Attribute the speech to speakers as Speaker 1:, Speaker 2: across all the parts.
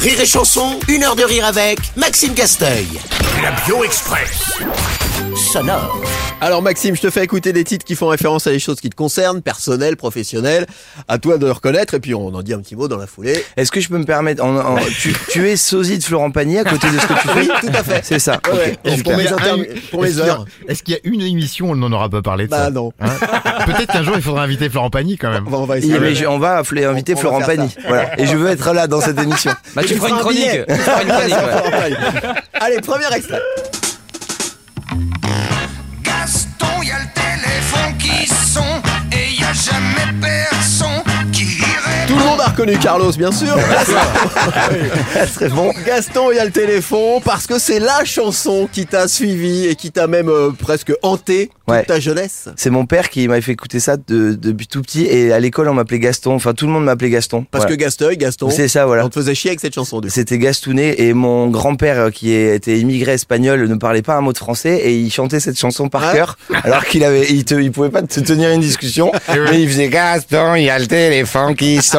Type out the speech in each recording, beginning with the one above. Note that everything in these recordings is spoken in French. Speaker 1: Rire et Chanson, une heure de rire avec Maxime Casteuil. La Bio Express. Sonore.
Speaker 2: Alors Maxime, je te fais écouter des titres qui font référence à des choses qui te concernent, personnelles, professionnelles. À toi de le reconnaître et puis on en dit un petit mot dans la foulée.
Speaker 3: Est-ce que je peux me permettre en- en- tu, tu es sosie de Florent Pagny à côté de ce que tu fais
Speaker 2: Oui, tout à fait.
Speaker 3: C'est ça. ok.
Speaker 2: Ouais, pour, mes
Speaker 3: super.
Speaker 4: Est-ce qu'il y a
Speaker 2: interv-
Speaker 4: un-
Speaker 2: pour
Speaker 4: est-ce
Speaker 2: mes
Speaker 4: qu'il y a-
Speaker 2: heures.
Speaker 4: Est-ce qu'il y a une émission où on n'en aura pas parlé de
Speaker 2: Bah
Speaker 4: ça
Speaker 2: non. Bah,
Speaker 4: Hein Peut-être qu'un jour il faudra inviter Florent Pagny quand même.
Speaker 2: On va- on va
Speaker 3: Il-
Speaker 2: essayer.
Speaker 3: mais je- on va appeler- inviter
Speaker 2: on va
Speaker 3: Florent
Speaker 2: faire
Speaker 3: Pagny. Voilà. Et je veux être là dans cette émission.
Speaker 5: Bah, tu feras une
Speaker 2: feras un
Speaker 5: chronique.
Speaker 2: billet.
Speaker 5: Tu feras une chronique, ouais.
Speaker 2: Allez, premier extrait.
Speaker 6: Gaston, y a le téléphone qui sonne et y a jamais personne qui irait.
Speaker 2: Tout le monde a reconnu Carlos, bien sûr.
Speaker 3: Ça serait bon.
Speaker 2: Gaston, il y a le téléphone parce que c'est la chanson qui t'a suivi et qui t'a même euh, presque hanté toute
Speaker 3: Ouais.
Speaker 2: ta jeunesse.
Speaker 3: C'est mon père qui m'a fait écouter ça de- depuis tout petit. Et à l'école, on m'appelait Gaston. Enfin, tout le monde m'appelait Gaston.
Speaker 2: Parce
Speaker 3: Voilà.
Speaker 2: que Gaston, Gaston,
Speaker 3: c'est ça, voilà.
Speaker 2: on te faisait chier avec cette chanson. Du coup.
Speaker 3: C'était Gastounet et mon grand-père euh, qui était immigré espagnol ne parlait pas un mot de français et il chantait cette chanson par
Speaker 2: Ah.
Speaker 3: cœur alors qu'il avait il, te- il pouvait pas te tenir une discussion mais il faisait Gaston il y a le téléphone qui sent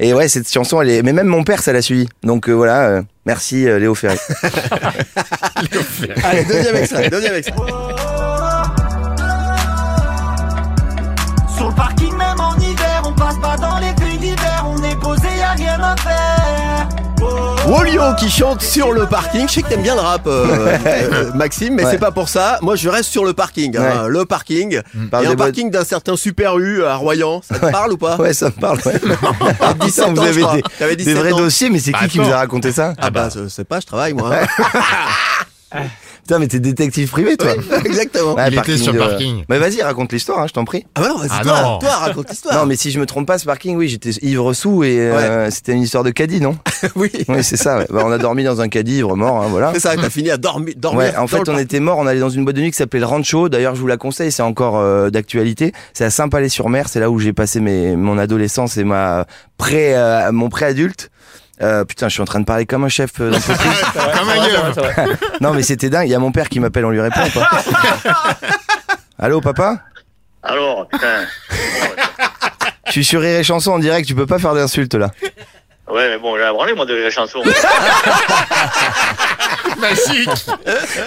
Speaker 3: et ouais cette chanson elle est mais même mon père ça l'a suivi donc euh, voilà euh, merci euh, Léo Ferré
Speaker 2: Allez, deuxième extrait, deuxième extrait.
Speaker 7: Sur le parking même en hiver, on passe pas dans les pays d'hiver, on est posé, y a rien à faire. Oh.
Speaker 2: Wolio qui chante sur le parking. Je sais que t'aimes bien le rap, euh, euh, Maxime, mais
Speaker 3: Ouais.
Speaker 2: c'est pas pour ça. Moi, je reste sur le parking. hein. Le parking.
Speaker 3: Par
Speaker 2: Il y a
Speaker 3: des
Speaker 2: un
Speaker 3: boîtes.
Speaker 2: parking d'un certain Super U à Royan. Ça te parle ou pas
Speaker 4: Ah.
Speaker 3: ouais ça me parle ouais.
Speaker 2: À 17
Speaker 3: Attends, vous
Speaker 2: ans, je
Speaker 3: avez
Speaker 2: crois.
Speaker 3: des,
Speaker 2: T'avais
Speaker 3: des
Speaker 2: 17
Speaker 3: vrais
Speaker 2: ans.
Speaker 3: dossiers mais c'est
Speaker 4: Bah,
Speaker 3: qui qui vous a
Speaker 4: attends.
Speaker 3: raconté ça
Speaker 2: Ah bah, je sais pas, je travaille moi. hein.
Speaker 3: putain mais t'es détective privé toi
Speaker 2: Exactement.
Speaker 3: Ouais,
Speaker 4: Il était
Speaker 3: parking
Speaker 4: sur
Speaker 3: de-
Speaker 4: parking.
Speaker 3: mais vas-y raconte l'histoire hein, je t'en prie
Speaker 2: Ah bah non, vas-y,
Speaker 4: Ah
Speaker 2: toi,
Speaker 4: non.
Speaker 2: toi, raconte l'histoire.
Speaker 3: Non, mais si je me trompe pas, ce parking, oui, j'étais ivre sous et euh, c'était une histoire de caddie, non
Speaker 2: oui.
Speaker 3: Oui, c'est ça. ouais. Bah, on a dormi dans un caddie ivre mort, hein, voilà.
Speaker 2: C'est ça, t'as fini à dormir. dormir
Speaker 3: Ouais, en
Speaker 2: dans
Speaker 3: fait,
Speaker 2: le
Speaker 3: on
Speaker 2: parking.
Speaker 3: était mort. On allait dans une boîte de nuit qui s'appelait le Rancho. D'ailleurs, je vous la conseille. C'est encore euh, d'actualité. C'est à Saint-Palais-sur-Mer. C'est là où j'ai passé mes, mon adolescence et ma pré, euh, mon pré-adulte. Euh, putain, je suis en train de parler comme un chef euh, d'entreprise.
Speaker 4: Comme un gueule.
Speaker 3: non, mais c'était dingue. Il y a mon père qui m'appelle. On lui répond. ou pas Allô, papa.
Speaker 8: Alors, putain.
Speaker 3: Je suis sur Rire et Chanson en direct. Tu peux pas faire d'insultes là.
Speaker 8: Ouais, mais bon, j'ai branlé, moi, de la chanson.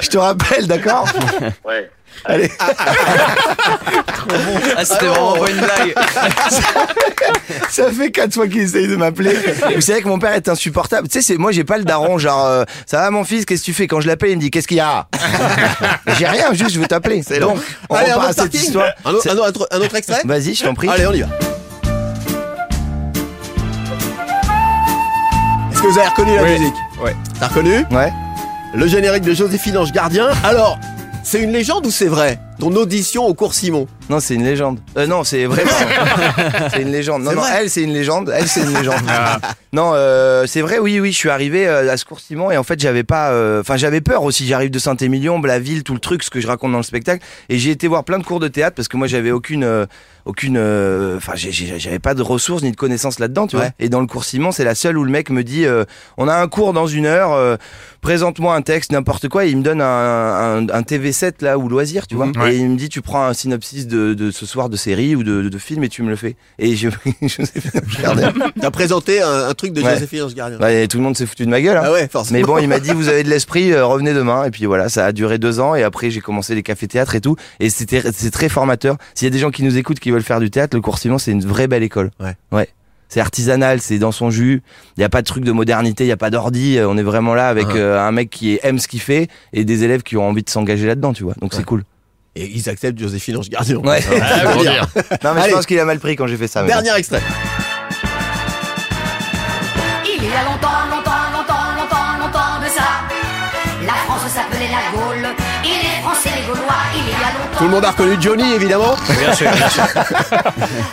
Speaker 3: Je te rappelle, d'accord
Speaker 8: Ouais.
Speaker 5: Ah, c'était vraiment pas une blague.
Speaker 3: Ça fait quatre fois qu'il essaye de m'appeler. Vous savez que mon père est insupportable. Tu sais, c'est moi j'ai pas le daron. Genre, euh, ça va mon fils, qu'est-ce que tu fais Quand je l'appelle, il me dit qu'est-ce qu'il y a J'ai rien, juste je veux t'appeler. Donc, on
Speaker 2: Allez, un
Speaker 3: repart
Speaker 2: autre
Speaker 3: à cette
Speaker 2: parking.
Speaker 3: histoire.
Speaker 2: Un, autre-
Speaker 3: C'est-
Speaker 2: un autre, un autre extrait
Speaker 3: Vas-y, je t'en prie.
Speaker 2: Allez, on y va. Est-ce que vous avez reconnu la
Speaker 5: Oui.
Speaker 2: musique
Speaker 5: Ouais.
Speaker 2: T'as reconnu
Speaker 3: Ouais.
Speaker 2: Le générique de Joséphine Ange Gardien. Alors, c'est une légende ou c'est vrai Ton audition au cours Simon.
Speaker 3: Non, c'est une légende. Euh, non, c'est vrai. pardon. c'est une légende. Non,
Speaker 2: C'est
Speaker 3: non,
Speaker 2: vrai. Ah.
Speaker 3: elle, c'est une légende. Elle, c'est une légende. non, euh, c'est vrai. Oui, oui, je suis arrivé euh, à ce cours-ciment et en fait, j'avais pas. euh, Enfin, j'avais peur aussi. J'arrive de Saint-Émilion, Blaville, tout le truc, ce que je raconte dans le spectacle. Et j'ai été voir plein de cours de théâtre parce que moi, j'avais aucune, euh, aucune. euh, Enfin, j'ai- j'ai- j'avais pas de ressources ni de connaissances là-dedans, tu
Speaker 2: Ouais.
Speaker 3: vois. Et dans le cours-ciment, c'est la seule où le mec me dit, euh, on a un cours dans une heure. euh, présente-moi un texte, n'importe quoi, et il me donne un, un- un TV7 là ou loisir, tu vois.
Speaker 4: ouais.
Speaker 3: Et il me dit, tu prends un synopsis de, de ce soir de série ou de, de film et tu me le fais. Et je, je sais pas, je regardais.
Speaker 2: T'as présenté un, un truc de
Speaker 3: Ouais.
Speaker 2: Joséphine Ange Gardien.
Speaker 3: Bah, et tout le monde s'est foutu de ma gueule. hein.
Speaker 2: Ah ouais, forcément.
Speaker 3: Mais bon, il m'a dit, vous avez de l'esprit, euh, revenez demain. Et puis voilà, ça a duré deux ans. Et après, j'ai commencé les cafés théâtres et tout. Et c'était, c'est très formateur. S'il y a des gens qui nous écoutent, qui veulent faire du théâtre, le cours Simon, c'est une vraie belle école.
Speaker 2: Ouais.
Speaker 3: Ouais. C'est artisanal, c'est dans son jus. Il n'y a pas de truc de modernité, il n'y a pas d'ordi. euh, On est vraiment là avec
Speaker 2: Ouais.
Speaker 3: euh, un mec qui aime ce qu'il fait et des élèves qui ont envie de s'engager là-dedans, tu vois. Donc c'est cool.
Speaker 2: Et ils acceptent Joséphine Ange Gardien.
Speaker 3: Ouais.
Speaker 4: Ah, pour dire.
Speaker 3: non, mais
Speaker 2: Allez.
Speaker 3: je pense qu'il a mal pris quand j'ai fait ça. mais bon.
Speaker 2: Dernier extrait.
Speaker 9: Il y a longtemps, longtemps, longtemps, longtemps, longtemps de ça. La France s'appelait la Gaule. Il est français les Gaulois. Il y a longtemps,
Speaker 2: Tout le monde a reconnu Johnny, évidemment.
Speaker 5: Bien sûr, bien sûr.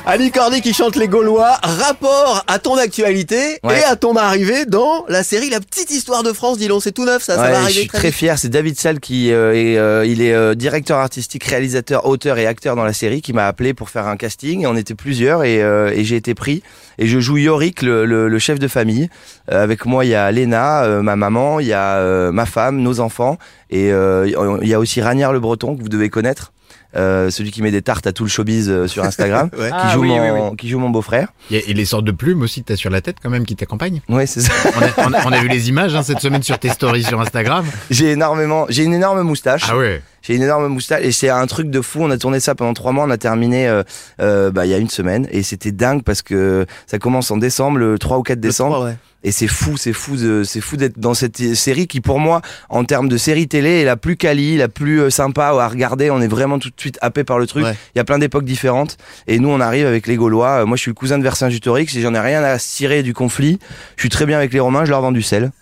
Speaker 2: Ali Cordy qui chante les Gaulois. Rapport à ton actualité
Speaker 3: Ouais.
Speaker 2: et à ton arrivée dans la série La Petite Histoire de France. Dis donc, c'est tout neuf, ça. ça
Speaker 3: Ouais,
Speaker 2: va
Speaker 3: je
Speaker 2: arriver
Speaker 3: suis
Speaker 2: très
Speaker 3: très
Speaker 2: vite.
Speaker 3: fier. C'est David Salle qui euh, est, euh, il est euh, directeur artistique, réalisateur, auteur et acteur dans la série, qui m'a appelé pour faire un casting. Et on était plusieurs et, euh, et j'ai été pris. Et je joue Yorick, le, le- le chef de famille. Euh, avec moi, il y a Léna, euh, ma maman, il y a euh, ma femme, nos enfants, et euh, il y a aussi Ragnard le Breton que vous devez connaître. euh, celui qui met des tartes à tout le showbiz euh, sur Instagram,
Speaker 2: Ouais.
Speaker 3: qui,
Speaker 5: Ah,
Speaker 3: joue
Speaker 5: oui, oui,
Speaker 3: mon, qui joue mon beau-frère.
Speaker 4: Il y a- Et les sortes de plumes aussi que t'as sur la tête quand même qui t'accompagnent.
Speaker 3: Ouais, c'est ça.
Speaker 4: On a, on a- on a vu les images hein, cette semaine sur tes stories sur Instagram.
Speaker 3: J'ai énormément, j'ai une énorme moustache.
Speaker 4: Ah ouais.
Speaker 3: J'ai une énorme moustache et c'est un truc de fou. On a tourné ça pendant trois mois. On a terminé euh, euh, bah, il y a une semaine et c'était dingue parce que ça commence en décembre, le 3 ou 4 décembre.
Speaker 2: Ouais, ouais.
Speaker 3: Et c'est fou, c'est fou, de- c'est fou d'être dans cette série qui pour moi, en termes de série télé, est la plus quali, la plus euh, sympa à regarder. On est vraiment tout de suite happé par le truc.
Speaker 2: Ouais.
Speaker 3: Il y a plein d'époques différentes et nous on arrive avec les Gaulois. Euh, Moi je suis le cousin de Vercingétorix et j'en ai rien à cirer du conflit. Je suis très bien avec les Romains, je leur vends du sel.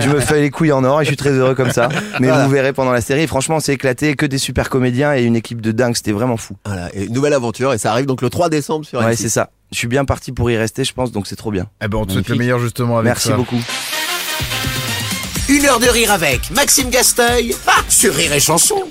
Speaker 3: je me fais les couilles en or et je suis très heureux comme ça. Mais
Speaker 2: Voilà.
Speaker 3: vous verrez pendant la série, franchement, c'est éclaté, que des super comédiens et une équipe de dingue. C'était vraiment fou.
Speaker 2: Voilà, et une nouvelle aventure et ça arrive donc le 3 décembre sur
Speaker 3: Ouais,
Speaker 2: M6.
Speaker 3: c'est ça. Je suis bien parti pour y rester, je pense, donc c'est trop bien.
Speaker 4: Eh ben on te souhaite le meilleur justement avec
Speaker 3: Merci
Speaker 4: ça.
Speaker 3: beaucoup.
Speaker 1: Une heure de rire avec Maxime Gasteuil ah, sur Rire et Chanson.